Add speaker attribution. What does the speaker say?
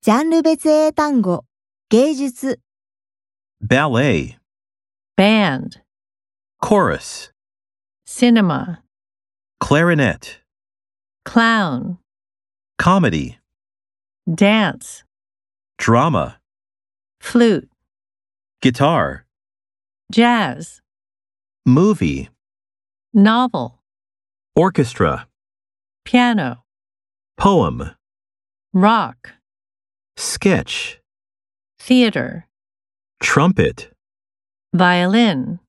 Speaker 1: ジャンル別英単語、芸術、
Speaker 2: ballet,
Speaker 3: band,
Speaker 2: chorus,
Speaker 3: cinema,
Speaker 2: clarinet,
Speaker 3: clown,
Speaker 2: comedy,
Speaker 3: dance,
Speaker 2: drama,
Speaker 3: flute,
Speaker 2: guitar,
Speaker 3: jazz,
Speaker 2: movie,
Speaker 3: novel,
Speaker 2: orchestra,
Speaker 3: piano,
Speaker 2: poem,
Speaker 3: rock,
Speaker 2: sketch,
Speaker 3: theater,
Speaker 2: trumpet.
Speaker 3: violin.